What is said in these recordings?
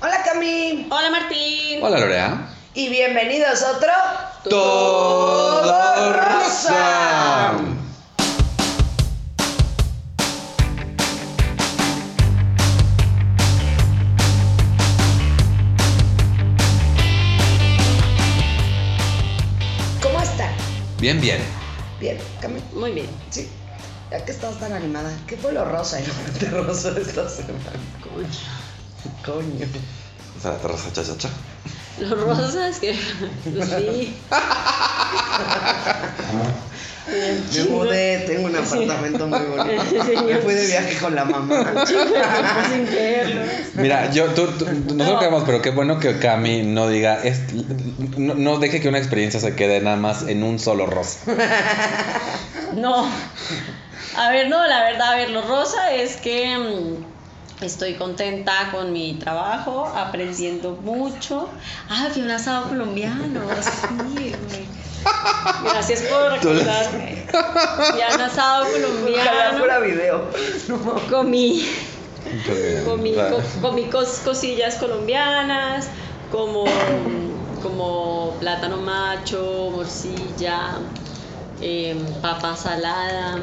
Hola Cami. Hola Martín. Hola Lorea. Y bienvenidos a otro Todo Rosa. Rosa. ¿Cómo están? Bien, bien. Bien, Cami. Muy bien. Sí. Ya que estás tan animada, ¿qué fue lo rosa y lo de rosa de esta semana? Coño. Coño. O sea, rosa cha cha cha. Los rosas que los vi. Me mudé, tengo un apartamento muy bonito. Sí. Me fui de viaje con la mamá. pues, sin creerlo. Mira, yo, tú, tú- nosotros No. creemos, pero qué bueno que Cami no diga, es, no, no deje que una experiencia se quede nada más en un solo rosa. No. A ver, no, la verdad, a ver, lo rosa es que mm, estoy contenta con mi trabajo, aprendiendo mucho. Ah, fui a un asado colombiano, sí, güey. Gracias por Tú las- recordarme. Fui a un asado Ojalá colombiano. fuera video. Comí. Entonces, comí, o sea, co- comí cos- cosillas colombianas, como, como plátano macho, morcilla, em, papa salada,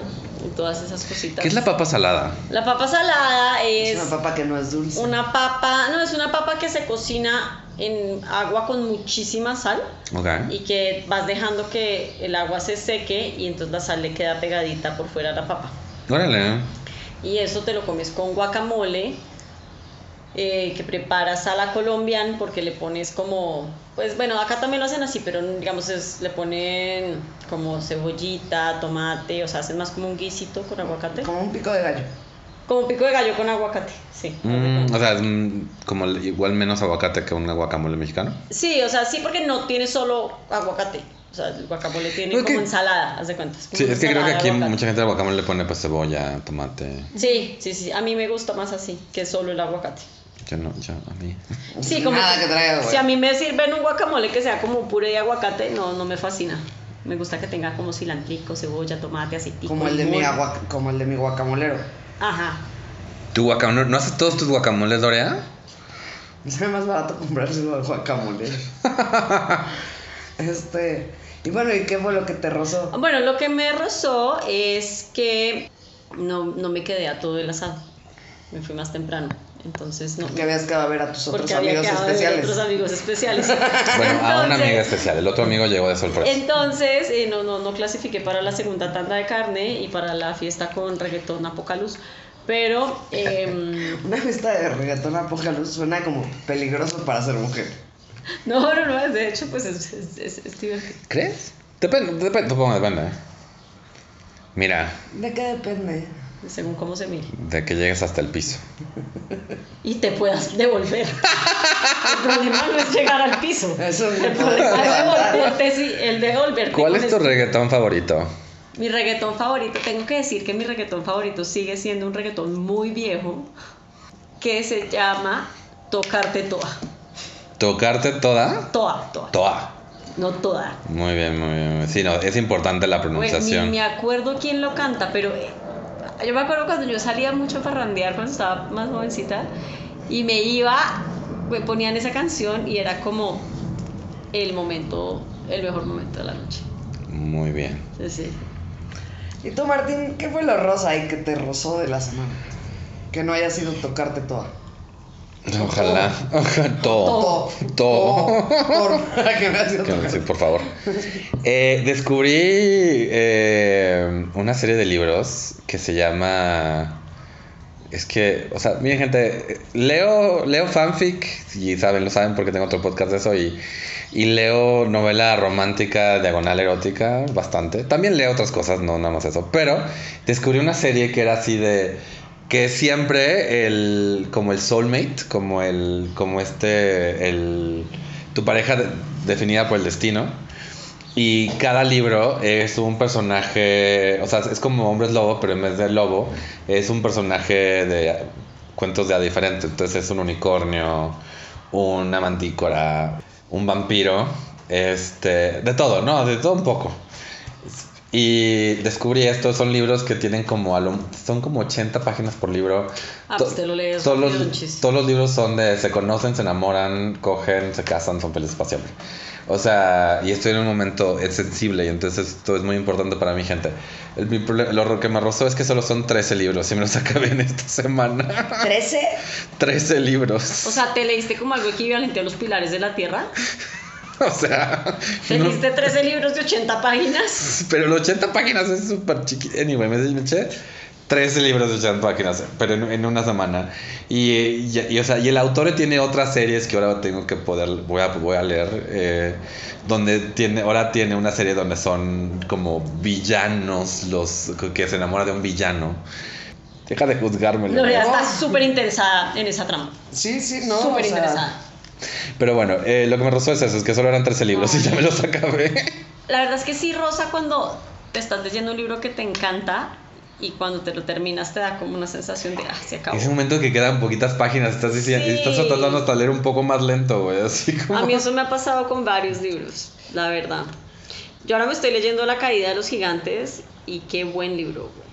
y todas esas cositas. ¿Qué es la papa salada? La papa salada Es es, una papa que no es dulce. una papa, no, es una papa que se cocina en agua con muchísima sal Ok. y que vas dejando que el agua se seque y entonces la sal le queda pegadita por fuera a la papa. Órale. Y eso te lo comes con guacamole, eh, que preparas a la colombiana porque le pones como, pues bueno, acá también lo hacen así, pero digamos, es- le ponen como cebollita, tomate, o sea, hacen más como un guisito con aguacate. Como un pico de gallo. Como pico de gallo con aguacate, sí. Mm, o sea, es mm, como el- igual menos aguacate que un guacamole mexicano. Sí, o sea, sí porque no tiene solo aguacate. O sea, el guacamole tiene No, es como que- ensalada, haz de cuentas. Sí, es que creo que aquí mucha gente al guacamole le pone pues cebolla, tomate. Sí, sí, sí, a mí me gusta más así que solo el aguacate. Yo no, yo a mí. Sí, como Nada que traiga, güey. Si a mí me sirven un guacamole que sea como puré de aguacate, no, no me fascina. Me gusta que tenga como cilantrico, cebolla, tomate, aceitico. Como el de mi limón. agua, como el de mi guacamolero. Ajá. ¿Tu guacamole, no haces todos tus guacamoles, Dorea? Me sale más barato comprarse un guacamolero. este. Y bueno, ¿y qué fue lo que te rozó? Bueno, lo que me rozó es que no, no me quedé a todo el asado. Me fui más temprano. Entonces no. Que habías quedado a ver a tus otros Porque había amigos quedado de ver especiales. otros amigos especiales. Bueno, a una Entonces- amiga especial. El otro amigo llegó de sorpresa. Entonces, eh, no, no, no clasifiqué para la segunda tanda de carne y para la fiesta con reggaetón a poca luz. Pero em, Una fiesta de reggaetón a poca luz suena como peligroso para ser mujer. No, no, no, de hecho, pues es, es, es- es divertido. ¿Crees? Depende, depende, supongo, depende. ¿eh? Mira, ¿De qué depende? Según cómo se mire. de que llegues hasta el piso. Y te puedas devolver. El problema no es llegar al piso. Eso es El problema es devolverte, sí, el devolverte. ¿Cuál con es tu el- reggaetón favorito? Mi reggaetón favorito, tengo que decir que mi reggaetón favorito sigue siendo un reggaetón muy viejo que se llama Tocarte Toa. ¿Tocarte toda? Toa, Toa. Toda. No Toda. Muy bien, muy bien. muy bien. Sí, no, es importante la Pues, ni pronunciación. me acuerdo quién lo canta, pero eh, yo me acuerdo cuando yo salía mucho a parrandear cuando estaba más jovencita y me iba, me ponían esa canción y era como el momento, el mejor momento de la noche. Muy bien. Sí, sí. ¿Y tú, Martín, qué fue lo rosa y que te rozó de la semana? Que no haya sido tocarte toda. Ojalá. Oh. Ojalá. Todo. Todo. Todo. Todo. Que no haya sido Que me- tocarte. sí, por favor. Eh, descubrí eh, una serie de libros que se llama. Es que, o sea, miren, gente, eh, leo, leo fanfic, y saben, lo saben porque tengo otro podcast de eso, y, y leo novela romántica, diagonal erótica, bastante. También leo otras cosas, no nada más eso, pero descubrí una serie que era así de. Que siempre el. como el soulmate, como el. como este. el. tu pareja de- definida por el destino. Y cada libro es un personaje, o sea, es como Hombres Lobo, pero en vez de lobo, es un personaje de cuentos de a diferente. Entonces es un unicornio, una mantícora, un vampiro, este, de todo, ¿no? De todo un poco. Y descubrí esto, son libros que tienen como, a lo- son como 80 páginas por libro. Ah, To- pues te lo lees Todos los, lonchis. todos los libros son de se conocen, se enamoran, cogen, se casan, son felices para siempre. O sea, y estoy en un momento sensible y entonces esto es muy importante para mi gente. El, mi proble- el horror que me rozó es que solo son 13 libros y me los acabé en esta semana. ¿Trece? 13 libros. O sea, ¿te leíste como algo equivalente a Los Pilares de la Tierra? O sea, ¿Te no- leíste 13 libros de 80 páginas? pero los 80 páginas es súper chiquito. Anyway, me me eché 13 libros de 80 páginas, pero en, en una semana. Y, eh, y- y, o sea, y el autor tiene otras series que ahora tengo que poder, voy a, voy a leer, eh, donde tiene, ahora tiene una serie donde son como villanos, los que se enamora de un villano. Deja de juzgarme. No, ya leo. estás súper interesada en esa trama. Sí, sí, no. súper o sea, interesada. Pero bueno, eh, lo que me rozó es eso, es que solo eran 13 libros y ya me los acabé. La verdad es que sí, Rosa, cuando te estás leyendo un libro que te encanta y cuando te lo terminas te da como una sensación de, ah, se acabó. Ese momento que quedan poquitas páginas, estás diciendo, Sí. estás tratando hasta leer un poco más lento, güey, así como... A mí eso me ha pasado con varios libros, la verdad. Yo ahora me estoy leyendo La caída de los gigantes y qué buen libro. güey.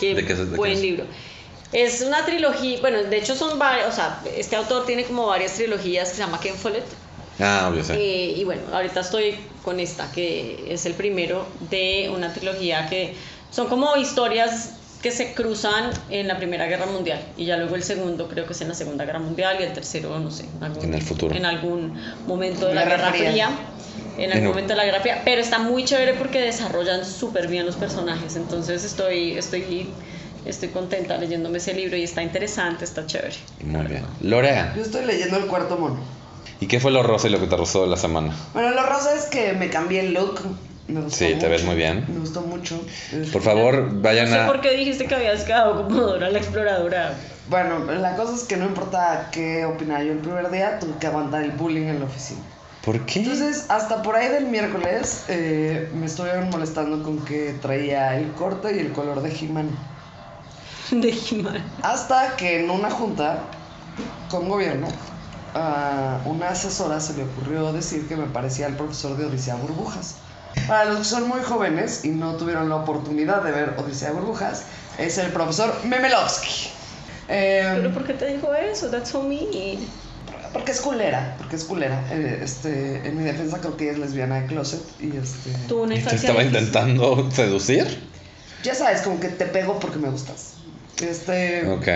Qué ¿De qué es- de qué buen es? libro. Es una trilogía, bueno, de hecho son varios, o sea, este autor tiene como varias trilogías que se llama Ken Follett. Ah, obvio, sí. Eh, y bueno, ahorita estoy con esta, que es el primero de una trilogía que son como historias que se cruzan en la Primera Guerra Mundial. Y ya luego el segundo creo que es en la Segunda Guerra Mundial y el tercero, no sé, en, algún, En el futuro. en algún momento de la Guerra Guerra Fría. Fría. En En algún un- momento de la Guerra Fría. Pero está muy chévere porque desarrollan súper bien los personajes. Entonces estoy, estoy, estoy contenta leyéndome ese libro y está interesante, está chévere. Muy bien. Lorea, Yo estoy leyendo El Cuarto Mono. ¿y qué fue lo rosa y lo que te rozó de la semana? Bueno, lo rosa es que me cambié el look. Me gustó Sí, te ves mucho. muy bien. Me gustó mucho. Por favor, vayan No sé a... por qué dijiste que habías quedado como Dora la exploradora. Bueno, la cosa es que no importa qué opinara yo el primer día, tuve que aguantar el bullying en la oficina. ¿Por qué? Entonces, hasta por ahí del miércoles eh, me estuvieron molestando con que traía el corte y el color de He-Man. de He-Man. Hasta que en una junta con gobierno, a una asesora se le ocurrió decir que me parecía el profesor de Odisea Burbujas. Para los que son muy jóvenes y no tuvieron la oportunidad de ver Odisea Burbujas, es el profesor Memelovsky. Em, Pero ¿por qué te dijo eso? That's so mean. Porque es culera, porque es culera. Eh, este, en mi defensa creo que ella es lesbiana de closet y este... Tuvo una ¿Y ¿Te infancia estaba difícil. intentando seducir? Ya sabes, como que te pego porque me gustas. Este... Ok.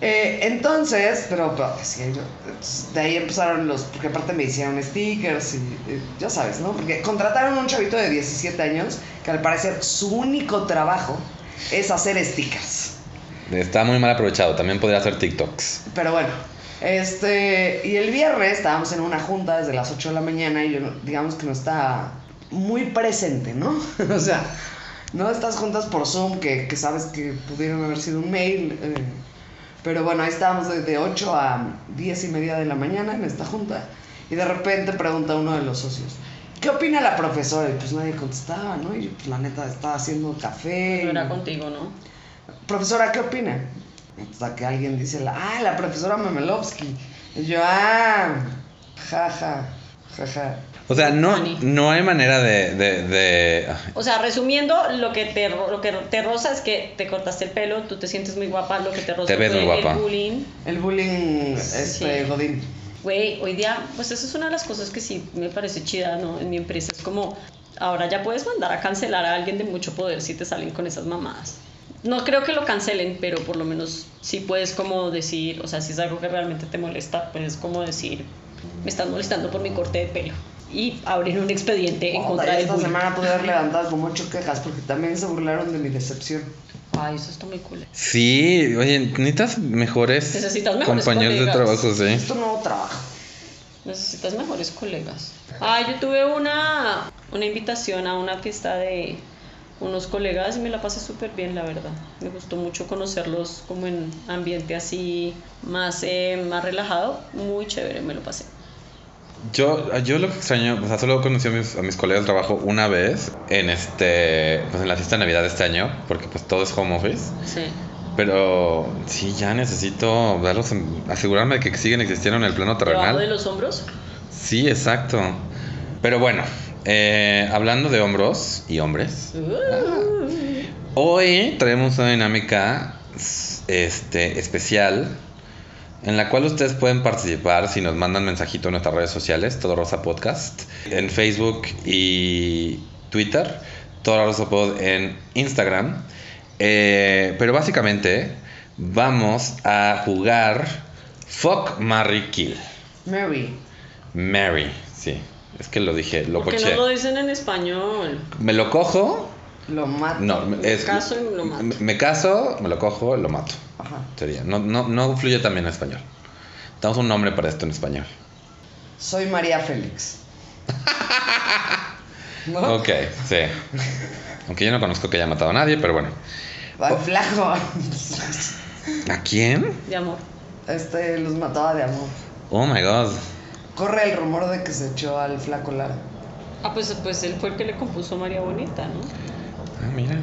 eh, entonces, pero, pero pues, sí, yo- entonces, de ahí empezaron los... Porque aparte me hicieron stickers y eh, ya sabes, ¿no? Porque contrataron a un chavito de 17 años que al parecer su único trabajo es hacer stickers. Está muy mal aprovechado, también podría hacer TikToks. Pero bueno, este, y el viernes estábamos en una junta desde las 8 de la mañana y yo, no- digamos que no está muy presente, ¿no? o sea, no estas juntas por Zoom que, que sabes que pudieron haber sido un mail. eh, pero bueno, ahí estábamos de, de 8 a 10 y media de la mañana en esta junta y de repente pregunta uno de los socios. ¿Qué opina la profesora? Y pues nadie contestaba, ¿no? Y yo, pues la neta estaba haciendo café. No y- era contigo, ¿no? profesora, ¿qué opina? Hasta que alguien dice, ah, la profesora Memelovsky. Y yo, ah, jaja, jaja. O sea, no, Funny. no hay manera de... de, de- ah, ay, O sea, resumiendo, lo que te ro- lo que te rosa es que te cortaste el pelo, tú te sientes muy guapa, lo que te rosa Te ves fue muy guapa. el bullying. El bullying, este, Sí. Godín. Güey, hoy día, pues eso es una de las cosas que sí me parece chida, ¿no? En mi empresa es como, ahora ya puedes mandar a cancelar a alguien de mucho poder si te salen con esas mamadas. No creo que lo cancelen, pero por lo menos sí puedes como decir, o sea, si es algo que realmente te molesta, puedes como decir, me estás molestando por mi corte de pelo. Y abrir un expediente en Joder, contra del esta bullying. semana pude haber levantado como ocho quejas porque también se burlaron de mi decepción. Ay, eso está muy cool. Sí, oye, necesitas mejores, Necesitas mejores compañeros de colegas. trabajo, sí. Esto nuevo trabajo. Necesitas mejores colegas. Ah, yo tuve una, una invitación a una fiesta de unos colegas y me la pasé súper bien, la verdad. Me gustó mucho conocerlos como en ambiente así más, eh, más relajado. Muy chévere, me lo pasé. Yo, yo lo que extraño, o sea, solo conocí a mis, a mis colegas de trabajo una vez en este, pues en la fiesta de Navidad de este año, porque pues todo es home office. Sí. Pero sí, ya necesito darlos en- asegurarme de que siguen existiendo en el plano ¿Debajo de terrenal. los hombros? Sí, exacto. Pero bueno, eh, hablando de hombros y hombres, Ah, hoy traemos una dinámica s- este, especial en la cual ustedes pueden participar si nos mandan mensajito en nuestras redes sociales, Todo Rosa Podcast, en Facebook y Twitter, Todo Rosa Pod en Instagram. Eh, pero básicamente vamos a jugar Fuck, Marry, Kill. Mary. Mary, sí. Es que lo dije, lo Porque coché. no lo dicen en español. Me lo cojo. Lo mato. No, Ah, Me es, caso y lo mato. me- Me caso, me lo cojo, lo mato. Ajá. Sería. No, no, no fluye también en español. Damos un nombre para esto en español. Soy María Félix. ¿No? Ok, sí. Aunque yo no conozco que haya matado a nadie, pero bueno. Ay, flaco. ¿A quién? De amor. Este, los mataba de amor. Oh my god. Corre el rumor de que se echó al flaco Lara. Ah, pues, pues él fue el que le compuso María Bonita, ¿no? Ah, mira.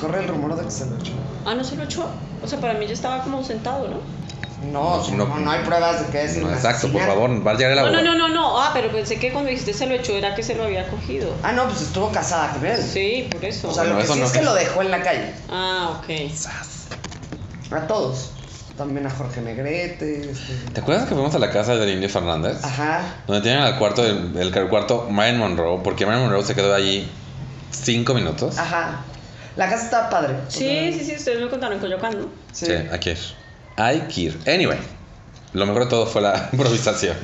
Corre el rumor de que se lo echó. Ah, no se lo echó. O sea, para mí ya estaba como sentado, ¿no? No, No, no, no. no, hay pruebas de que es No, un exacto, por asesinato. favor, va a llegar el No, no, abogado. no, no, no. Ah, pero pensé que cuando dijiste se lo echó era que se lo había cogido. Ah, no, pues estuvo casada con él. Sí, por eso. O sea, Bueno, lo que eso sí no. es que lo dejó en la calle. Ah, ok. Sas. A todos. También a Jorge Negrete. Este. ¿Te acuerdas que fuimos a la casa del Indio Fernández? Ajá. Donde tienen al cuarto, el, el cuarto Marilyn Monroe, porque Marilyn Monroe se quedó allí cinco minutos. Ajá. La casa estaba padre. O sea, Sí, sí, sí, ustedes me contaron en Coyoacán, ¿no? Sí, hay que ir. Hay que ir. Anyway, lo mejor de todo fue la improvisación.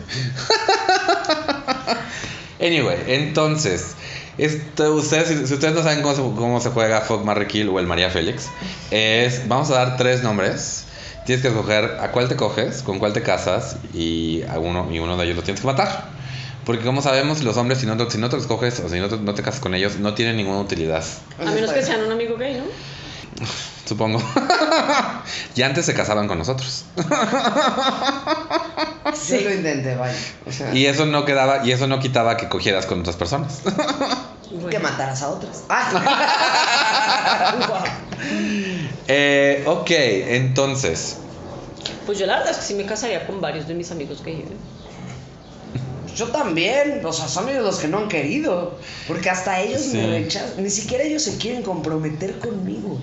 anyway, entonces, esto, ustedes, si, si ustedes no saben cómo se, cómo se juega Fuck Marry Kill o el María Félix, es, vamos a dar tres nombres. Tienes que escoger a cuál te coges, con cuál te casas y a uno, y uno de ellos lo tienes que matar. Porque como sabemos, los hombres, si no, te- si no te los coges o si no te, no te casas con ellos, no tienen ninguna utilidad. A menos pues, que sean un amigo gay, ¿no? Supongo. y antes se casaban con nosotros. Sí, lo intenté, vaya. O sea, Y eso no quedaba, y eso no quitaba que cogieras con otras personas. Bueno. que mataras a otras. Ah, Eh, ok, entonces. Pues yo la verdad es que sí me casaría con varios de mis amigos gays. ¿eh? yo también. O sea, son ellos los que no han querido. Porque hasta ellos Sí. me rechazan. Ni siquiera ellos se quieren comprometer conmigo.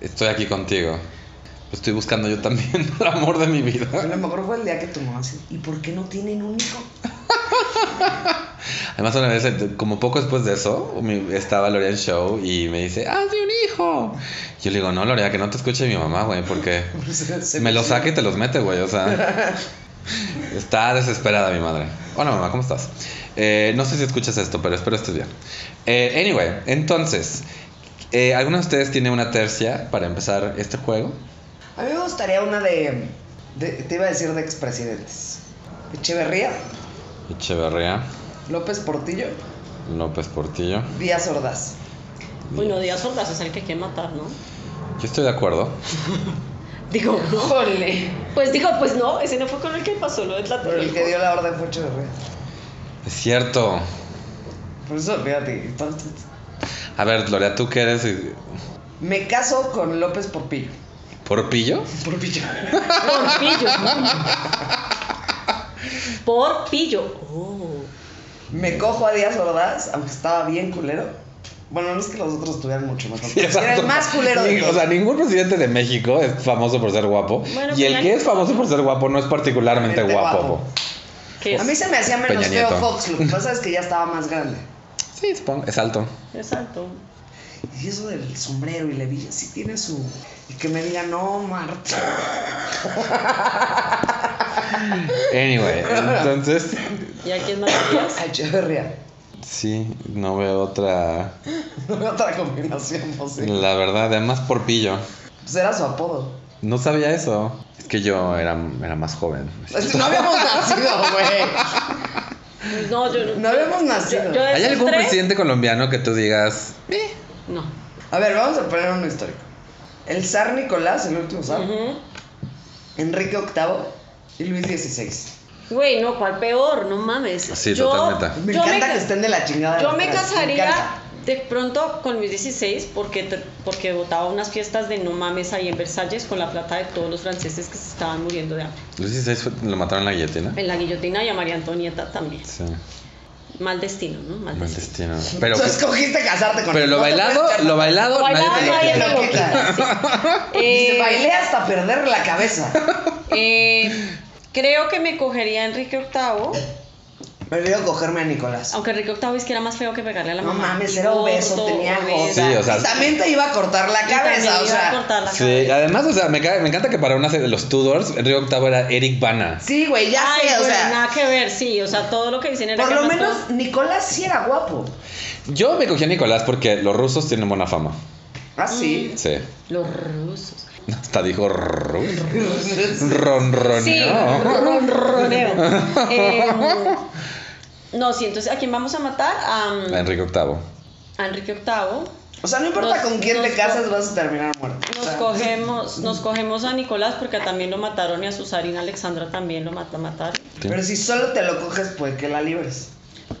Estoy aquí contigo. Lo Estoy buscando yo también el amor de mi A vida. lo mejor fue el día que tu mamá se- ¿Y por qué no tienen un hijo? Además, una vez, como poco después de eso, mi- estaba Lorea en show y me dice, hazme un hijo. Yo le digo, no, Lorea, que no te escuche mi mamá, güey, porque Se- me los saca y te los mete, güey. O sea, está desesperada mi madre. Hola, mamá, ¿cómo estás? Eh, no sé si escuchas esto, pero espero estés bien. Eh, anyway, entonces, eh, ¿alguno de ustedes tiene una tercia para empezar este juego? A mí me gustaría una de, de- Te iba a decir de expresidentes. Echeverría, Echeverría, López Portillo, López Portillo. Díaz Ordaz. Bueno, Díaz Ordaz es el que hay que matar, ¿no? Yo estoy de acuerdo. Digo, no. ¡Jole! Pues digo, pues no, ese no fue con el que pasó lo de Pero el Tlatelolco. que dio la orden fue Echeverría. Es cierto. Por eso, fíjate. entonces, A ver, Lorea, ¿tú qué eres? Me caso con López Portillo. ¿Porpillo? Portillo. Por pillo. Por pillo. Oh. Me cojo a Díaz Ordaz, aunque estaba bien culero. Bueno, no es que los otros tuvieran mucho más. Sí, era el exacto. más culero de Ni- O todos. sea, ningún presidente de México es famoso por ser guapo. Bueno, y el Peña que es Nieto. famoso por ser guapo no es particularmente Realmente guapo. guapo. ¿Qué es? A mí se me hacía menos Peña feo Nieto. Fox, lo que pasa es que ya estaba más grande. Sí, supongo. Es alto. Exacto. Y eso del sombrero y la villa, sí tiene su. Y que me diga, no, Marta. Anyway, entonces. ¿Y a quién matarías? A Echeverría. Sí, no veo otra. No veo otra combinación posible. La verdad, además porpillo. Pues era su apodo. No sabía eso. Es que yo era, era más joven. No habíamos nacido, güey. Pues no, yo No habíamos Yo, nacido. yo de ¿Hay esos algún tres- presidente colombiano que tú digas. No. A ver, vamos a poner uno histórico. El zar Nicolás, el último zar. Ujú. Enrique VIII y Luis XVI. Güey, no, ¿cuál peor? No mames. Sí, yo, totalmente. Me yo encanta ca- que estén de la chingada. Yo los me tres, casaría encanta. de pronto con Luis XVI porque, te- porque votaba unas fiestas de no mames ahí en Versalles con la plata de todos los franceses que se estaban muriendo de hambre. Luis XVI fue- lo mataron en la guillotina. En la guillotina y a María Antonieta también. Sí. Mal destino, ¿no? Mal Mal destino. destino. Pero, Tú escogiste casarte con pero él, lo no te bailado, puedes casar. lo bailado, Bailado, nadie te lo nadie quita. te lo quita. sí. Dice, Eh, bailé hasta perder la cabeza. eh, creo que me cogería a Enrique VIII, Me olvidó cogerme a Nicolás. aunque Enrique VIII es que era más feo que pegarle a la No mamá. mames, era obeso, Gordo, tenía obeso. gota. Sí, o sea- Y también te iba a cortar la Y también cabeza, o le iba a sea. cortar la Sí, cabeza. además, o sea, me, cae- me encanta que para una serie de los Tudors, Enrique VIII era Eric Bana. Sí, güey, ya Ay, sé, o güey, sea. nada que ver, sí, o sea, todo lo que dicen era Por que lo mató- menos Nicolás sí era guapo. Yo me cogí a Nicolás porque los rusos tienen buena fama. Ah, sí. Sí. Los rusos. Hasta dijo "Rrr". Mm. ronroneó. Sí, ronroneo. Eh, no, sí, entonces, ¿a quién vamos a matar? Am, A Enrique VIII. a Enrique VIII. O sea, no importa Nos- con quién te nos casas, co- vas a terminar muerto. O Nos sea, cogemos, nos cogemos a Nicolás porque también lo mataron y a Susarina Alexandra también lo mata, mataron. Pero si solo te lo coges, pues que la libres.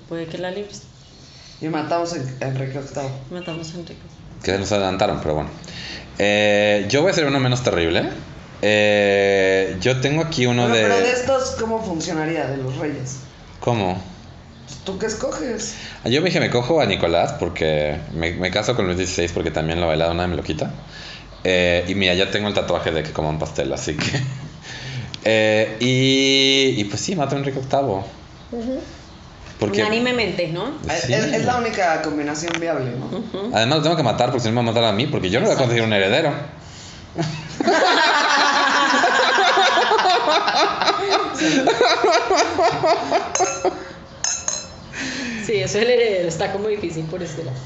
Puede que la libres. Y matamos a Enrique VIII. Matamos a Enrique. Que nos adelantaron, pero bueno. Eh, yo voy a hacer uno menos terrible. Eh, yo tengo aquí uno Bueno, de... Pero de estos, ¿cómo funcionaría? De los reyes. ¿Cómo? Ah, ¿Tú qué escoges? Yo me dije, me cojo a Nicolás porque me, me caso con Luis XVI porque también lo bailado nada me lo quita. Eh, y mira, ya tengo el tatuaje de que coman pastel, así que... Eh, y, y pues sí, mato a Enrique VIII. Porque... Unánimemente, ¿no? Pues Sí. Es, es la única combinación viable, ¿no? Ujú. Además lo tengo que matar porque si no me va a matar a mí porque yo no voy a Exacto. conseguir un heredero. Sí, eso es el heredero. Está como difícil por este lado.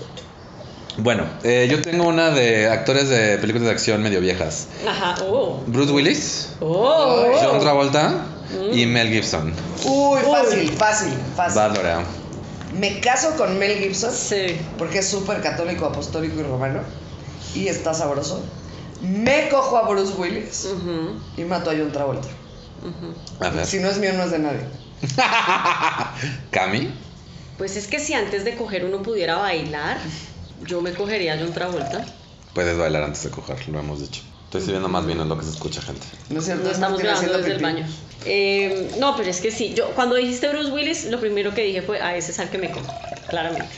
Bueno, eh, yo tengo una de actores de películas de acción medio viejas. Ajá. Oh. Bruce Willis, Oh. John Travolta y Mm. Mel Gibson. Uy, Uy. fácil, fácil, fácil. Va a adorar. Me caso con Mel Gibson Sí. porque es súper católico, apostólico y romano. Y está sabroso. Me cojo a Bruce Willis Ujú, y mato a John Travolta. ujú. A ver. Si no es mío, no es de nadie. Cami. Pues es que si antes de coger uno pudiera bailar, yo me cogería de otra vuelta. Puedes bailar antes de coger, lo hemos dicho. Estoy sirviendo más bien en lo que se escucha, gente. No es cierto. No estamos estoy haciendo grabando desde el pipí. baño. Eh, no, pero es que sí. Yo cuando dijiste Bruce Willis, lo primero que dije fue, ah, ese es al que me cojo, claramente.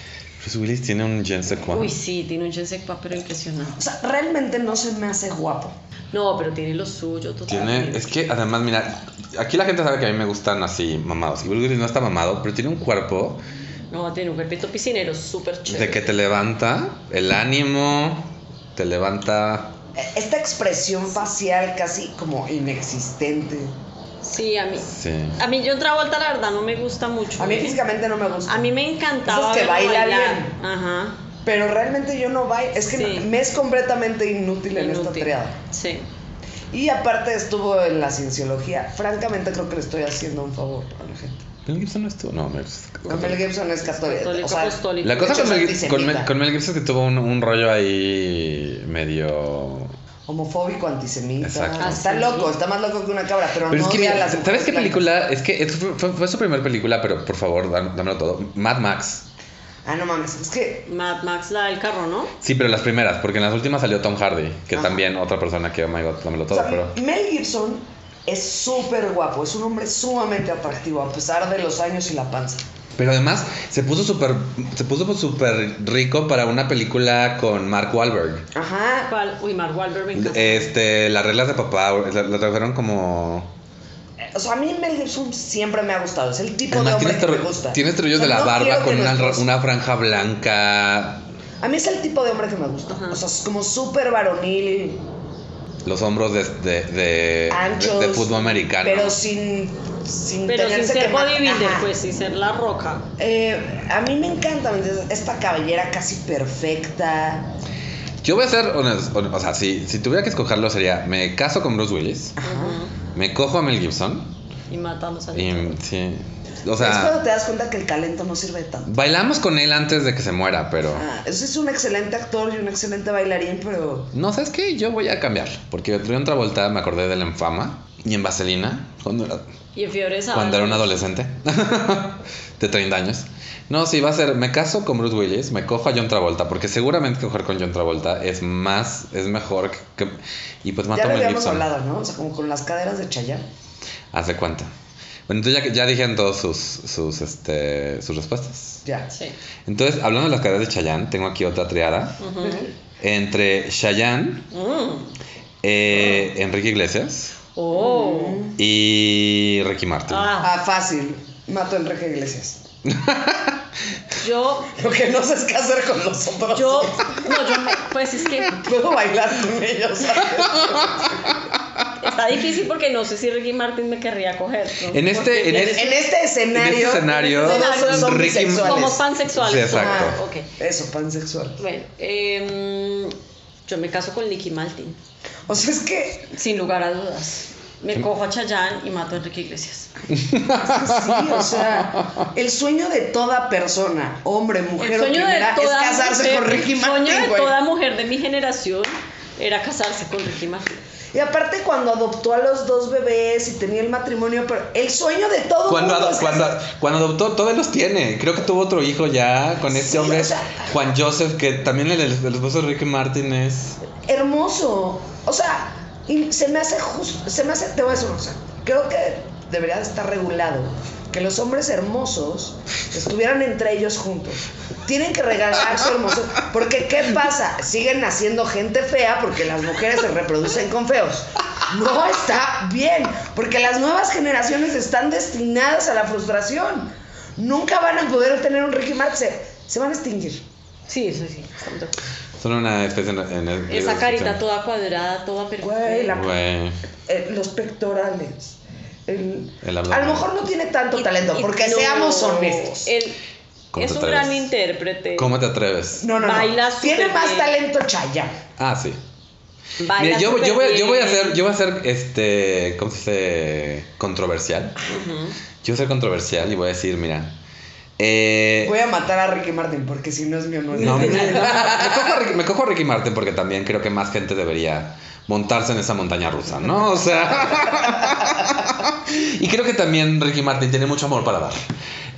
Bruce Willis tiene un Jen Sequan. Uy, sí, tiene un chance pero impresionante. O sea, realmente no se me hace guapo. No, pero tiene lo suyo totalmente. Tiene, es que además, mira, aquí la gente sabe que a mí me gustan así mamados. Y Bruce Willis no está mamado, pero tiene un cuerpo No, tiene un cuerpito piscinero súper chévere. de que te levanta el ánimo, te levanta Eh, Esta expresión facial casi como inexistente. Sí, a mí. Sí. A mí John Travolta la verdad no me gusta mucho. A mí ¿eh? físicamente no me gusta. A mí me encantaba Esos que verlo baila bailar. bien. Ajá. Pero realmente yo no bailo. Es que Sí. me es completamente inútil, en esta Inútil. triada. Sí. Y aparte estuvo en la cienciología. Francamente creo que le estoy haciendo un favor a la gente. Mel Gibson no estuvo. No, Mel No, Mel Gibson es católico. Católico o sea, apostólico. La cosa De hecho, con Mel, es Gibson- con Mel- antisemita. con Mel Gibson es que tuvo un, un rollo ahí medio. homofóbico, antisemita. Exacto. Ah, Está sí. loco, está más loco que una cabra, pero, Pero no es que, odia a mira, las ¿sabes mujeres qué blancas. película? Es que es- fue, fue- fue su primera película, pero por favor, dám- dámelo todo. Mad Max. Ah, no mames, es que Mad Max la del carro, ¿no? Sí, pero las primeras, porque en las últimas salió Tom Hardy, que Ajá. también otra persona que, oh my god, dámelo o todo, sea, pero. Mel Gibson es súper guapo, es un hombre sumamente atractivo a pesar de los años y la panza. Pero además, se puso súper se puso pues súper rico para una película con Mark Wahlberg. Ajá. ¿Cuál? Uy, Mark Wahlberg me encanta. Este, las reglas de papá, la, la tradujeron como. O sea, a mí Mel Gibson siempre me ha gustado, es el tipo Además, este de hombre tienes, que me tro- gusta. tienes O trollos sea, de la no quiero barba que con una, nuestros- una franja blanca, A mí es el tipo de hombre que me gusta. Ajá. O sea, es como súper varonil, los hombros de, de, de, anchos. de- de fútbol americano. Pero sin, sin Pero sin tenerse ser que ma- bodybuilder, Ajá. pues, sin ser la roca. Eh, a mí me encanta ¿me entiendes? esta cabellera casi perfecta. Yo voy a ser honesto, hon- o sea, si, si tuviera que escogerlo sería, me caso con Bruce Willis, Ajá. Ujú. me cojo a Mel Gibson Y matamos a y sí, o es cuando sea, te das cuenta que el talento no sirve de tanto. bailamos con él antes de que se muera, pero Ah, ese es un excelente actor y un excelente bailarín, pero no sabes qué, yo voy a cambiar, porque de otra vuelta me acordé de la infama y en Vaselina cuando era, Y en Fiebre de Sábado. cuando era un adolescente de 30 años. No, sí, va a ser, me caso con Bruce Willis, me cojo a John Travolta, porque seguramente coger con John Travolta es más, es mejor que, que- y pues mato ya a lo Mel habíamos Gibson. hablado, ¿no? O sea, como con las caderas de Chayanne. Haz de cuenta. Bueno, entonces ya, ya dijeron todos sus, sus, este, sus respuestas. Ya. Sí. Entonces, hablando de las carreras de Chayanne, tengo aquí otra triada. Entre Chayanne, Mm. eh, Ah. Enrique Iglesias Oh. y Ricky Martin. Ah, Mm. Ah, fácil. Mato a Enrique Iglesias. yo, Lo que no sé es qué hacer con los otros. yo, no, yo, me- pues es que Puedo bailar con ellos. ¿sabes? está difícil porque no sé si Ricky Martin me querría coger. ¿no? En este- Porque en él- este- En este En escenario. este escenario, todos son Ricky- bisexuales. Somos pansexuales. Sí, exacto. Ah, ok. Eso, pansexual. Bueno, em, yo me caso con Nicky Martin, O sea, es que. sin lugar a dudas. Me cojo a Chayanne y mato a Enrique Iglesias. Sí, o sea, el sueño de toda persona, hombre, mujer El o sueño quien de era, es toda casarse mujer, con Ricky el Martin, sueño de güey. toda mujer de mi generación era casarse con Ricky Martin. Y aparte cuando adoptó a los dos bebés y tenía el matrimonio, pero el sueño de todo Cuando, mundo ado- es cuando, casarse. cuando adoptó, todavía los tiene. Creo que tuvo otro hijo ya con este Sí, hombre, o sea- Juan Joseph, que también el, el esposo de Ricky Martin es. hermoso. O sea, y se me hace justo, se me hace, te voy a decir una cosa, creo que debería de estar regulado que los hombres hermosos estuvieran entre ellos juntos. Tienen que regalar su hermoso. Porque ¿qué pasa? Siguen naciendo gente fea porque las mujeres se reproducen con feos. No está bien, porque las nuevas generaciones están destinadas a la frustración. Nunca van a poder tener un Ricky Martin. Se, se van a extinguir. Sí, eso sí. estamos de acuerdo. Son una especie en, en el- Esa carita en- toda cuadrada, toda Güey, perfecta. la- Güey. eh, los pectorales. el- El abdomen. a lo mejor no tiene tanto Y- talento, y- porque no, seamos honestos. él ¿Cómo es te un atreves? gran intérprete. ¿Cómo te atreves? no, no, no. baila súper Tiene más bien. talento Chayanne. Ah, sí. Baila Mira, yo, súper yo, voy, yo voy a bien. ser, yo voy a ser, este, ¿cómo se dice? Controversial. Ujú. Yo voy a ser controversial y voy a decir, mira, eh, Voy a matar a Ricky Martin, porque si no es mío, no es no, me, mío. me cojo a Ricky, me cojo a Ricky Martin porque también creo que más gente debería montarse en esa montaña rusa, ¿no? O sea, y creo que también Ricky Martin tiene mucho amor para dar.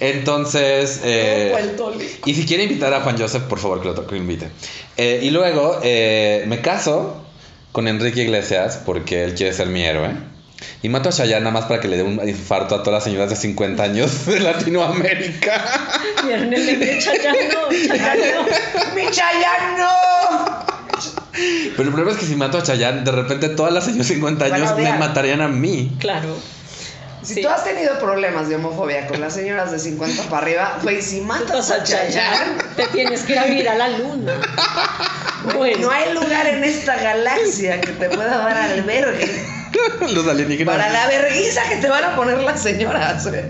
Entonces, eh, Vuelto li- Y si quiere invitar a Juan Joseph, por favor que lo, to- que lo invite. Eh, y luego eh, me caso con Enrique Iglesias porque él quiere ser mi héroe. Y mato a Chayanne nada más para que le dé un infarto a todas las señoras de 50 años de Latinoamérica. Vieron el de Chayanne, no, Chayanne no. ¡Mi Chayanne no! Pero el problema es que si mato a Chayanne, de repente todas las señoras de 50 Van a años me odiar. matarían a mí. Claro. Si Sí. tú has tenido problemas de homofobia con las señoras de 50 para arriba, güey, si matas a Chayanne, te tienes que ir a vivir a la luna. Bueno, no hay lugar en esta galaxia que te pueda dar albergue Los alienígenas. para la verguiza que te van a poner las señoras. eh.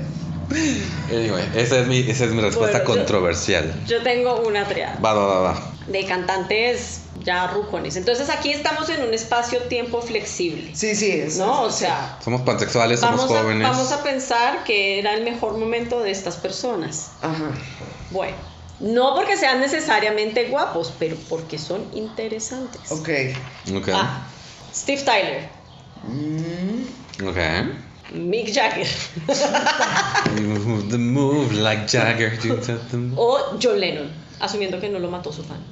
güey. Anyway, esa es mi, esa es mi Bueno, respuesta yo- controversial. yo tengo una triada Va, va, va, va. de cantantes ya rucones. Entonces aquí estamos en un espacio-tiempo flexible, Sí, sí. es- ¿no? O sea, Somos pansexuales, somos vamos a, jóvenes. vamos a pensar que era el mejor momento de estas personas. Ajá. Bueno, no porque sean necesariamente guapos, pero porque son interesantes. Ok. Ok. Ah, Steve Tyler, Mm. Ok. Mick Jagger You move the move like Jagger. you touch the move. o John Lennon, asumiendo que no lo mató su fan.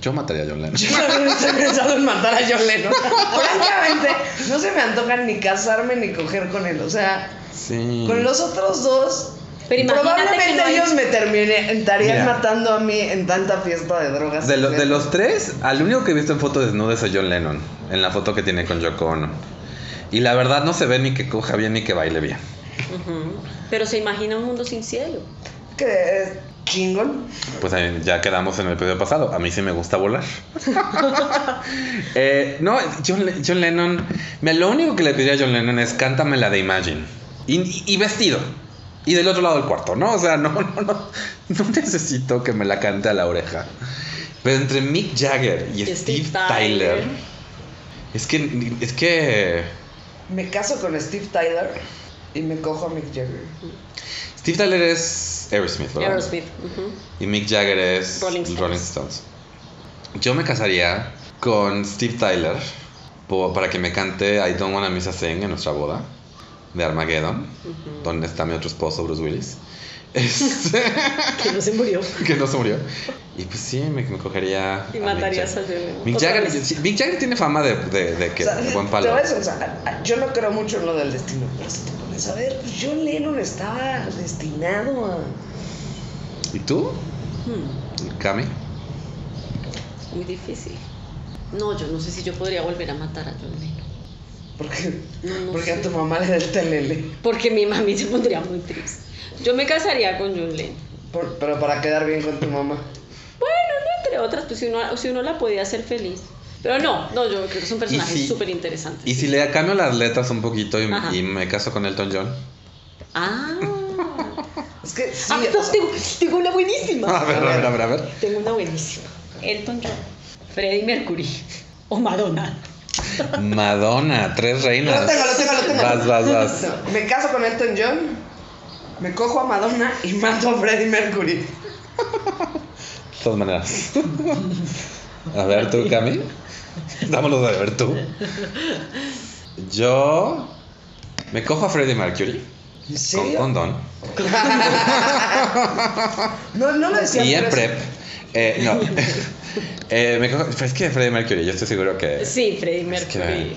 Yo mataría a John Lennon. Yo también estoy pensando en matar a John Lennon. Francamente, no se me antoja ni casarme ni coger con él. O sea, Sí. con los otros dos. Pero imagínate probablemente que no hay- ellos me terminarían Mira. matando a mí en tanta fiesta de drogas. De, lo- de los tres, al único que he visto en foto desnuda es a John Lennon. En la foto que tiene con Yoko Ono. Y la verdad no se ve ni que coja bien ni que baile bien. Ujú. Pero se imagina un mundo sin cielo. Que es chingón. Pues ahí ya quedamos en el episodio pasado. A mí sí me gusta volar. Eh, no, John, Le- John Lennon. mira, lo único que le pediría a John Lennon es cántame la de Imagine. Y, y vestido. Y del otro lado del cuarto, ¿no? O sea, no, no, no. No necesito que me la cante a la oreja. Pero entre Mick Jagger y Steve Steve, Tyler. Tyler. Es que. Es que. Me caso con Steve Tyler y me cojo a Mick Jagger. Steve Tyler es Aerosmith, ¿verdad? Aerosmith. ujú. Y Mick Jagger es Rolling Stones. Stones. Yo me casaría con Steve Tyler po- para que me cante I Don't Wanna Miss a Thing en nuestra boda de Armageddon, donde está mi otro esposo Bruce Willis. Este, Que no se murió. que no se murió. Y pues sí, me, me cogería. Y a Mick matarías Jagger. a Joey. Mick Otra Jagger. vez. sí, Mick Jagger tiene fama de, de, de que O sea, de buen te palo. voy a decir, o sea, yo no creo mucho en lo del destino, pero si te pones a ver, pues John Lennon estaba destinado a. ¿Y tú? Hmm, Cami. muy difícil. No, yo no sé si yo podría volver a matar a John Lennon. Porque, No, no porque sé. a tu mamá le da el telele. Porque mi mami se pondría muy triste. Yo me casaría con John Lennon. Por- pero para quedar bien con tu mamá. Bueno, no entre otras, pues si uno, si uno la podía hacer feliz. Pero no, no, yo creo que es un personaje si- súper interesante. Y si le cambio las letras un poquito y, Ajá. y me caso con Elton John. Ah. Es que sí. Ah, o no, sea, tengo, tengo una A buenísima. ver, a ver, a ver, a ver. Tengo una buenísima. Elton John, Freddie Mercury o Madonna. Madonna, tres reinas. Lo tengo, lo tengo, lo tengo. Vas, vas, vas. No, Me caso con Elton John, me cojo a Madonna y mato a Freddie Mercury. De todas maneras. A ver tú, Cami. Dámoslo de ver tú. Yo me cojo a Freddie Mercury ¿En con serio? condón No, no lo decía. y en pero prep. Eh, no. Eh, me cojo- es que Freddie Mercury, yo estoy seguro que. Sí, Freddie es que Mercury.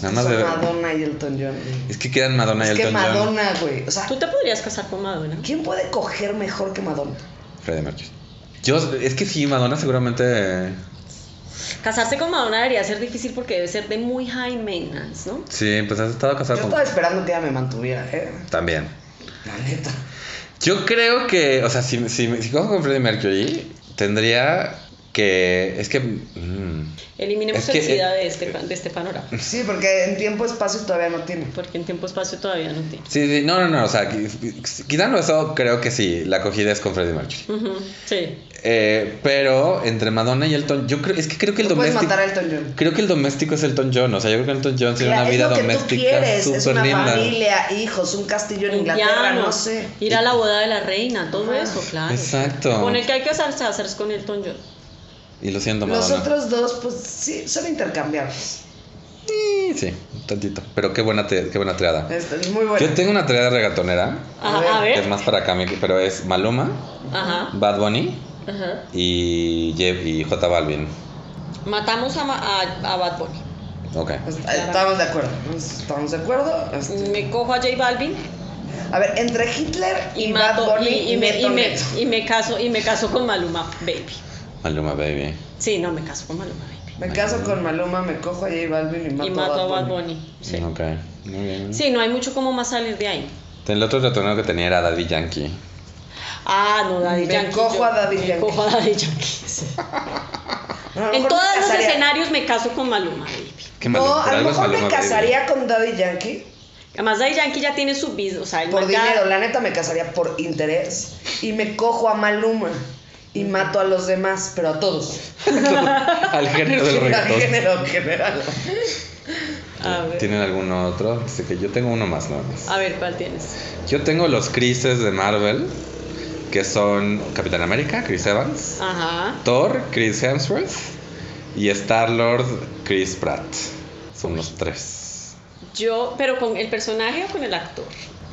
nada más son de ver. Madonna y Elton John. güey. Es que quedan Madonna y Es que Elton John. Madonna, güey. O sea, Tú te podrías casar con Madonna. ¿quién puede coger mejor que Madonna? Freddie Mercury. Yo, es que sí, Madonna seguramente. Casarse con Madonna debería ser difícil porque debe ser de muy high maintenance, ¿no? Sí, pues has estado Yo casado con. estaba esperando que ella me mantuviera, eh. También. La neta. Yo creo que, o sea, si, si, si cojo con Freddie Mercury, tendría que. Es que. mm, Eliminemos Es que, el SIDA eh, de este, pan- de este panorama. Sí, porque en tiempo espacio todavía no tiene. Porque en tiempo-espacio todavía no tiene. sí, sí, no, no, no, o sea, qui- quitando eso, creo que sí, la acogida es con Freddie Mercury. Ujú, Sí. Eh, pero entre Madonna y Elton, yo creo, es que creo que el No puedes doméstico. matar a Elton John. Creo que el doméstico es Elton John, o sea, yo creo que Elton John tiene Mira, una vida es lo que tú doméstica quieres, es súper una linda. familia, hijos, un castillo en Inglaterra, Indianos, no sé. Ah. Ir a la boda de la reina, todo eso, claro. Exacto. Con el que hay que casarse, hacerse con Elton John. Y lo siento, Los Madonna. otros dos, pues sí, son intercambiables. Sí, sí, un tantito. Pero qué buena, te- qué buena triada. Esto Este, es muy bueno. Yo tengo una triada regatonera, A Ajá, a que ver. es más para Cami, pero es Maluma, Ajá. Bad Bunny. Ajá. y, Jeff y J Balvin. Matamos a, Ma- a, a Bad Bunny. Ok. Este, Estamos de acuerdo. Estamos de acuerdo. Este, Me cojo a J Balvin A ver, entre Hitler y, Mm. y, Bad mato Bunny y, y me, meto y, me, Neto. y me caso y me caso con Maluma Baby. Maluma Baby. Sí, no me caso con Maluma Baby. Me caso con Maluma, me cojo a J Balvin y mato, y mato a a Bad Bunny. Sí. Ok. Muy bien. Sí, no hay mucho como más salir de ahí. El otro retorneo que tenía era Daddy Yankee. Ah, no, Daddy Me Yankee. cojo a Daddy me Yankee. cojo a Daddy Yankee, sí. No, a lo En mejor todos me los casaría- escenarios me caso con Maluma Baby. Qué No, malo, por a lo algo es mejor me Maluma Baby. casaría con Daddy Yankee Además, Daddy Yankee ya tiene su biz, o sea, el por man ya- dinero. La neta me casaría por interés. Y me cojo a Maluma y mato a los demás, pero a todos. Al género del Al reggaetón. género en general. A ver. ¿Tienen algún otro? Dice que yo tengo uno más, nada más. A ver, ¿cuál tienes? Yo tengo los Crises de Marvel, que son Capitán América, Chris Evans, Ajá. Thor, Chris Hemsworth y Star-Lord, Chris Pratt. Son los tres. Yo, pero con el personaje o con el actor.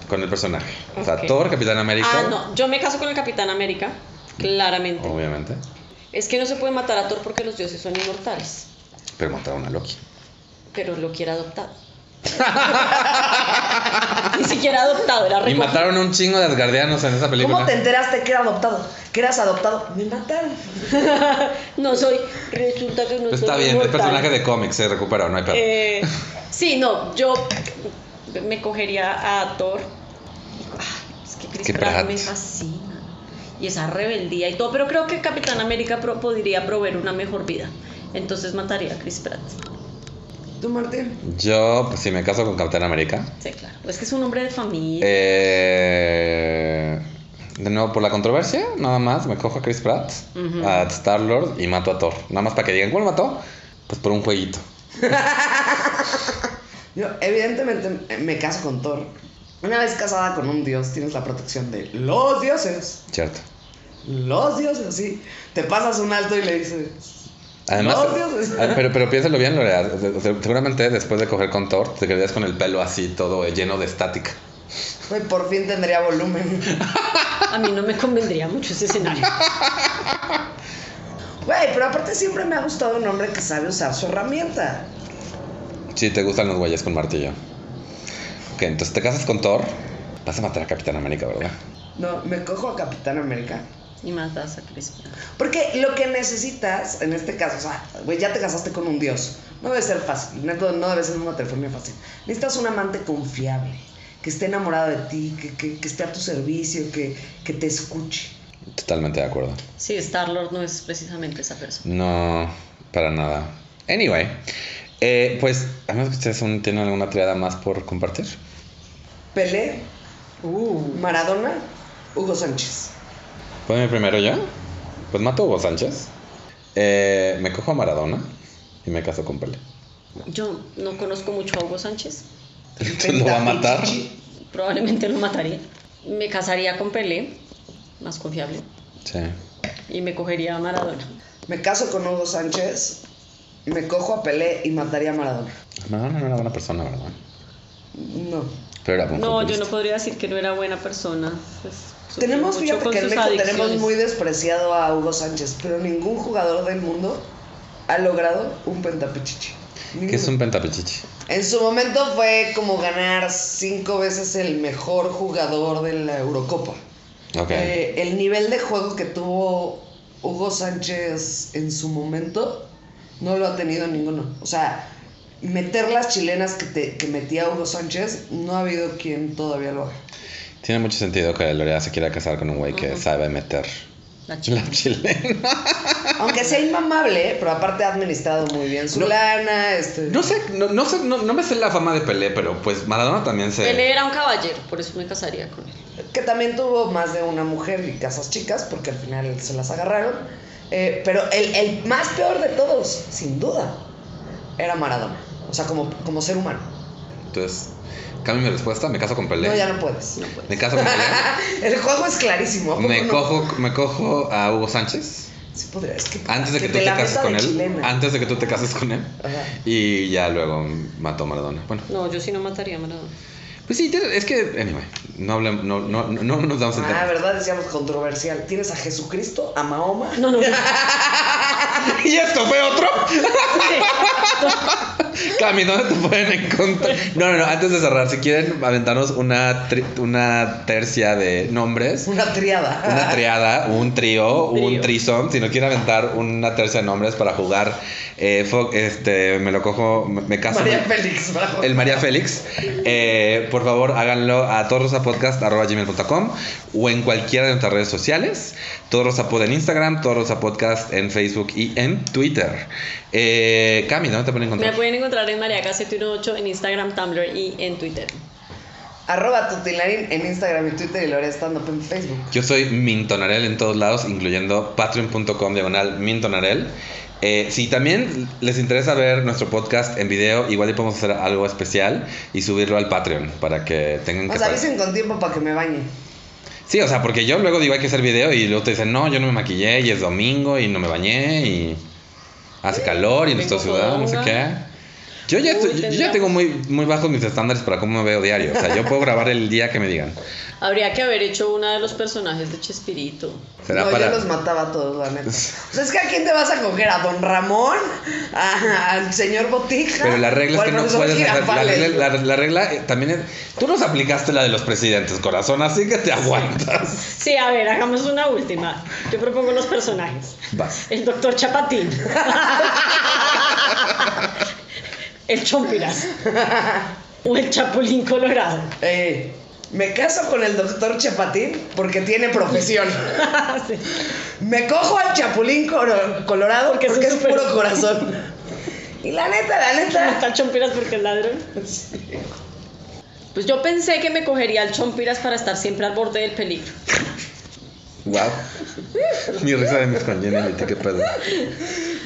Con el personaje. O sea, Ok. Thor, Capitán América. Ah, no, yo me caso con el Capitán América, claramente. Obviamente. Es que no se puede matar a Thor porque los dioses son inmortales, Pero mataron a Loki. pero lo quiere adoptado. Ni siquiera adoptado, era Y recogido. mataron un chingo de Asgardianos en esa película. ¿Cómo te enteraste que era adoptado? Que eras adoptado. Me mataron. No soy, resulta que no Pues Está soy bien, el inmortal. personaje de cómics se recuperó, no hay pedo. Eh, sí, no, yo me cogería a Thor. Ay, Es que Chris Qué Pratt Pratt. me fascina. Y esa rebeldía y todo, pero creo que Capitán América pro- podría proveer una mejor vida. Entonces mataría a Chris Pratt. ¿Tú, Martín? Yo, pues si me caso con Capitán América. Sí, claro. Es que es un hombre de familia. Eh, de nuevo, por la controversia, nada más, me cojo a Chris Pratt, Ujú. a Star-Lord y mato a Thor. Nada más para que digan, ¿cómo lo mató? Pues por un jueguito. Yo, evidentemente, eh, me caso con Thor. Una vez casada con un dios, tienes la protección de los dioses. Cierto. Los dioses, sí. Te pasas un alto y le dices. Además, No, Dios. ah, pero, pero piénsalo bien, Lorea. o sea, Seguramente después de coger con Thor, te quedarías con el pelo así, todo eh, lleno de estática. Güey, por fin tendría volumen. A mí no me convendría mucho ese escenario. Güey, pero aparte siempre me ha gustado un hombre que sabe usar su herramienta. Sí, te gustan los güeyes con martillo. Ok, entonces te casas con Thor. Vas a matar a Capitán América, ¿verdad? No, me cojo a Capitán América. Y matas a Cristo. Porque lo que necesitas, en este caso, o sea, güey, ya te casaste con un dios. No debe ser fácil, no, no debe ser una telefonía fácil. Necesitas un amante confiable, que esté enamorado de ti, que, que- que esté a tu servicio, que, que te escuche. Totalmente de acuerdo. Sí, Star-Lord no es precisamente esa persona. No, para nada. Anyway, eh, pues, a menos que ustedes aún tienen alguna triada más por compartir. Pelé, Uh. Maradona, Hugo Sánchez. ¿Puedo ir primero yo? Pues mato a Hugo Sánchez. Eh, me cojo a Maradona y me caso con Pele. Yo no conozco mucho a Hugo Sánchez. Entonces lo va a matar. Pichichi. Probablemente lo mataría. Me casaría con Pelé, más confiable. Sí. Y me cogería a Maradona. Me caso con Hugo Sánchez, me cojo a Pelé y mataría a Maradona. Maradona no era buena persona, ¿verdad? No. Pero era buen No, yo no futbolista. podría decir que no era buena persona. Pues, sufrió Tenemos, mucho fíjate con que en sus México tenemos adicciones. muy despreciado a Hugo Sánchez, pero ningún jugador del mundo ha logrado un pentapichichi. Que es Ninguno. un pentapichichi. En su momento fue como ganar cinco veces el mejor jugador de la Eurocopa. Ok. Eh, el nivel de juego que tuvo Hugo Sánchez en su momento no lo ha tenido ninguno. O sea, meter las chilenas que, te- que metía Hugo Sánchez, no ha habido quien todavía lo haga. Tiene mucho sentido que Lorea se quiera casar con un güey que sabe meter La chica. la chilena. Aunque sea inmamable, pero aparte ha administrado muy bien su No. lana. Este, No sé, no, no sé, no, no me sé la fama de Pelé, pero pues Maradona también se... Pelé era un caballero, por eso me casaría con él. Que también tuvo más de una mujer y casas chicas, porque al final se las agarraron. Eh, pero el, el más peor de todos, sin duda, era Maradona. O sea, como, como ser humano. Entonces, cambio mi respuesta, me caso con Pelé. No, ya no puedes. Me caso con Pelé. el juego es clarísimo. ¿a poco me, no? cojo, me cojo a Hugo Sánchez. Sí, podría, es que- Antes de que, tú la te cases meta con de él. chilena. Antes de que tú te cases con él. Ajá. Y ya luego mató a Maradona. Bueno, No, yo sí no mataría a Maradona. pues sí, tiene- es que, anyway, no, hablemos, no, no, no, no nos damos a Ah, entender. ¿verdad? Decíamos controversial. Tienes a Jesucristo, a Mahoma. No, no, no. ¿Y esto fue otro? Cami, ¿dónde te pueden encontrar? No, no, no, antes de cerrar, si quieren aventarnos una, tri- una tercia de nombres, Una triada. una triada, un trío, Un trío. un trisón. Si no quieren aventar una tercia de nombres para jugar, eh, fo- este, me lo cojo, me, me caso. María me- Félix, bravo. el María Félix. Eh, por favor, háganlo a todorosapodcast.com o en cualquiera de nuestras redes sociales. Todo Rosa Pod en Instagram, Todo Rosa Podcast en Facebook y en Twitter. Eh, Cami, ¿dónde te pueden Me encontrar? pueden encontrar en Mariaca 718 en Instagram, Tumblr y en Twitter. Arroba Tutilarín en Instagram y Twitter y Lorea Stand Up en Facebook. Yo soy Mintonarel en todos lados, incluyendo patreon.com diagonal Mintonarel. Eh, si también les interesa ver nuestro podcast en video, igual y podemos hacer algo especial y subirlo al Patreon para que tengan que Nos pagar. avisen con tiempo para que me bañe. Sí, o sea, porque yo luego digo hay que hacer video y luego te dicen, no, yo no me maquillé y es domingo y no me bañé y hace calor y no estoy Tengo sudado, no sé fodonga. qué. Yo ya, Uy, estoy- yo ya tendríamos- tengo muy, muy bajos mis estándares para cómo me veo diario. O sea, yo puedo grabar el día que me digan. Habría que haber hecho una de los personajes de Chespirito. Será no, para... yo los mataba a todos, la neta. O sea, es que a quién te vas a coger, a don Ramón, ¿A- al señor Botija. Pero la regla ¿O al es que no profesor puedes dejar... La Girafales? regla, la- la regla, eh, también es... Tú nos aplicaste la de los presidentes, corazón, así que te aguantas. Sí, a ver, hagamos una última. Yo propongo los personajes. Vas. El doctor Chapatín. El Chompiras. O el Chapulín Colorado. Eh, me caso con el doctor Chapatín porque tiene profesión. Sí. Me cojo al Chapulín coro- Colorado Porque porque, es un es super- puro corazón. Y la neta, la Está neta. el Chompiras porque es ladrón. Pues yo pensé que me cogería al Chompiras para estar siempre al borde del peligro. Wow. Mi risa de mis congéneres, qué pedo.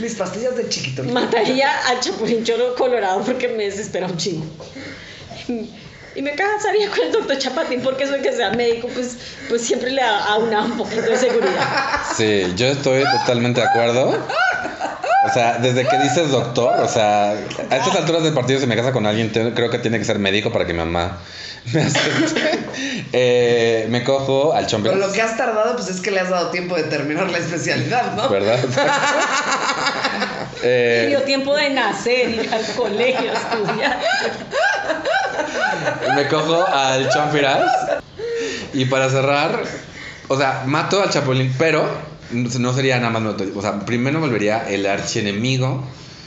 Mis pastillas de chiquito. Mataría al Chapulín Choro Colorado porque me desespera un chingo. Y me casaría con el doctor Chapatín porque eso de que sea médico, pues, pues siempre le da a una un poquito de seguridad. Sí, yo estoy totalmente de acuerdo. O sea, desde que dices doctor, o sea, a estas alturas del partido, si me casa con alguien, te- creo que tiene que ser médico para que mi mamá me acepte. Eh, me cojo al chompe. Pero lo que has tardado, pues es que le has dado tiempo de terminar la especialidad, ¿no? ¿Verdad? Me Eh, dio tiempo de nacer, ir al colegio, a estudiar. me cojo al Champiras. Y para cerrar, o sea, mato al Chapulín, pero no sería nada más. mato- O sea, primero volvería el archienemigo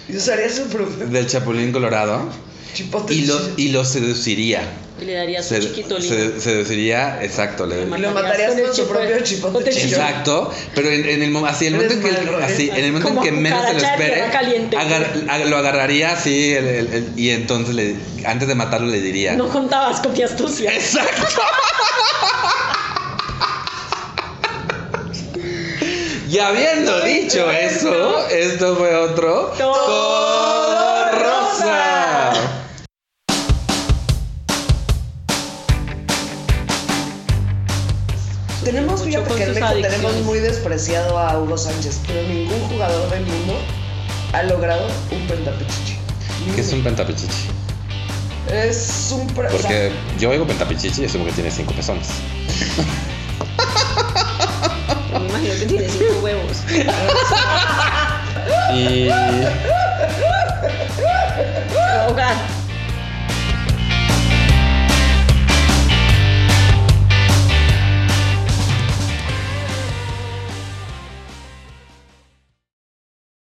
Y usaría su propio del Chapulín Colorado chipote. y lo, y lo seduciría. Y le daría su Se- chiquito lindo. se- seduciría, exacto. le- Y lo matarías el con su chipote- propio chipote chipote chillón. Exacto, pero en, en el mo- así, el Eres momento en que, mal, así, Roberta. en el momento en Como que menos se lo cucaracha de espere, tierra caliente. agar- ag- lo agarraría así el- el- el- y entonces le- antes de matarlo le diría. No contabas con mi astucia. Exacto. y habiendo dicho eso, esto fue otro Todo rosa. rosa. Tenemos, Mucho fíjate con que en sus México tenemos adicciones. muy despreciado a Hugo Sánchez, pero ningún jugador del mundo ha logrado un pentapichichi. ¿Qué es un pentapichichi? Es un... pre- o sea, Porque yo oigo pentapichichi y asumo que tiene cinco pezones. Me imagino que tiene cinco huevos. Y Hogar.